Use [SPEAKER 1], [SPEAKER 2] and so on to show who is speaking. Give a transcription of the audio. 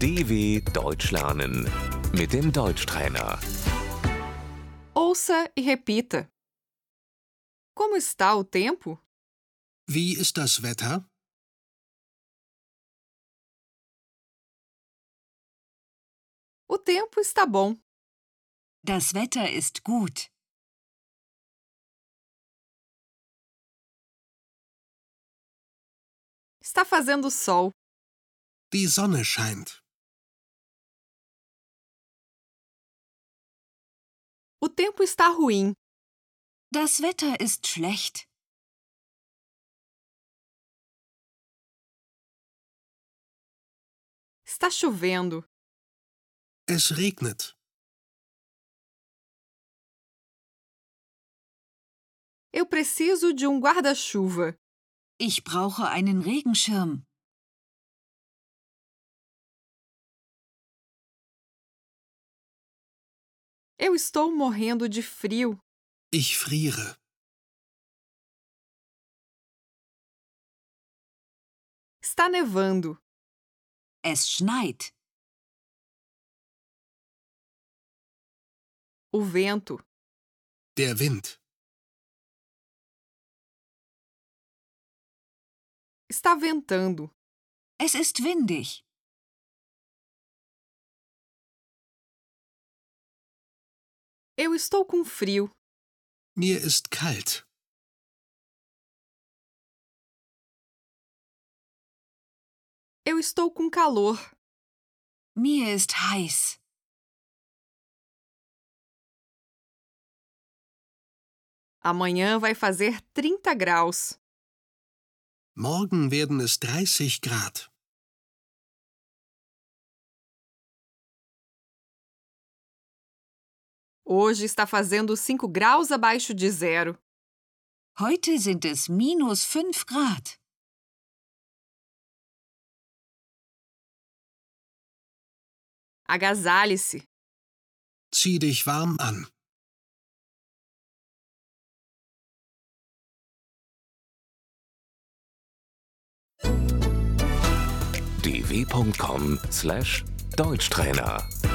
[SPEAKER 1] DW Deutsch lernen mit dem Deutschtrainer.
[SPEAKER 2] Ouça e repita. Como está o tempo?
[SPEAKER 3] Wie ist das Wetter?
[SPEAKER 2] O tempo está bom.
[SPEAKER 4] Das Wetter ist gut.
[SPEAKER 2] Está fazendo sol.
[SPEAKER 3] Die Sonne scheint.
[SPEAKER 2] O tempo está ruim.
[SPEAKER 4] Das Wetter ist schlecht.
[SPEAKER 2] Está chovendo.
[SPEAKER 3] Es regnet.
[SPEAKER 2] Eu preciso de um guarda-chuva.
[SPEAKER 4] Ich brauche einen Regenschirm.
[SPEAKER 2] Eu estou morrendo de frio.
[SPEAKER 3] Ich friere.
[SPEAKER 2] Está nevando.
[SPEAKER 4] Es schneit.
[SPEAKER 2] O vento.
[SPEAKER 3] Der Wind.
[SPEAKER 2] Está ventando.
[SPEAKER 4] Es ist windig.
[SPEAKER 2] Eu estou com frio.
[SPEAKER 3] Mir ist kalt.
[SPEAKER 2] Eu estou com calor.
[SPEAKER 4] Mir ist heiß.
[SPEAKER 2] Amanhã vai fazer 30 graus.
[SPEAKER 3] Morgen werden es 30 Grad.
[SPEAKER 2] Hoje está fazendo 5 graus abaixo de zero.
[SPEAKER 4] Heute sind es minus 5 Grad.
[SPEAKER 2] Agasalhe-se.
[SPEAKER 3] Zieh dich warm an.
[SPEAKER 1] dw.com/deutschtrainer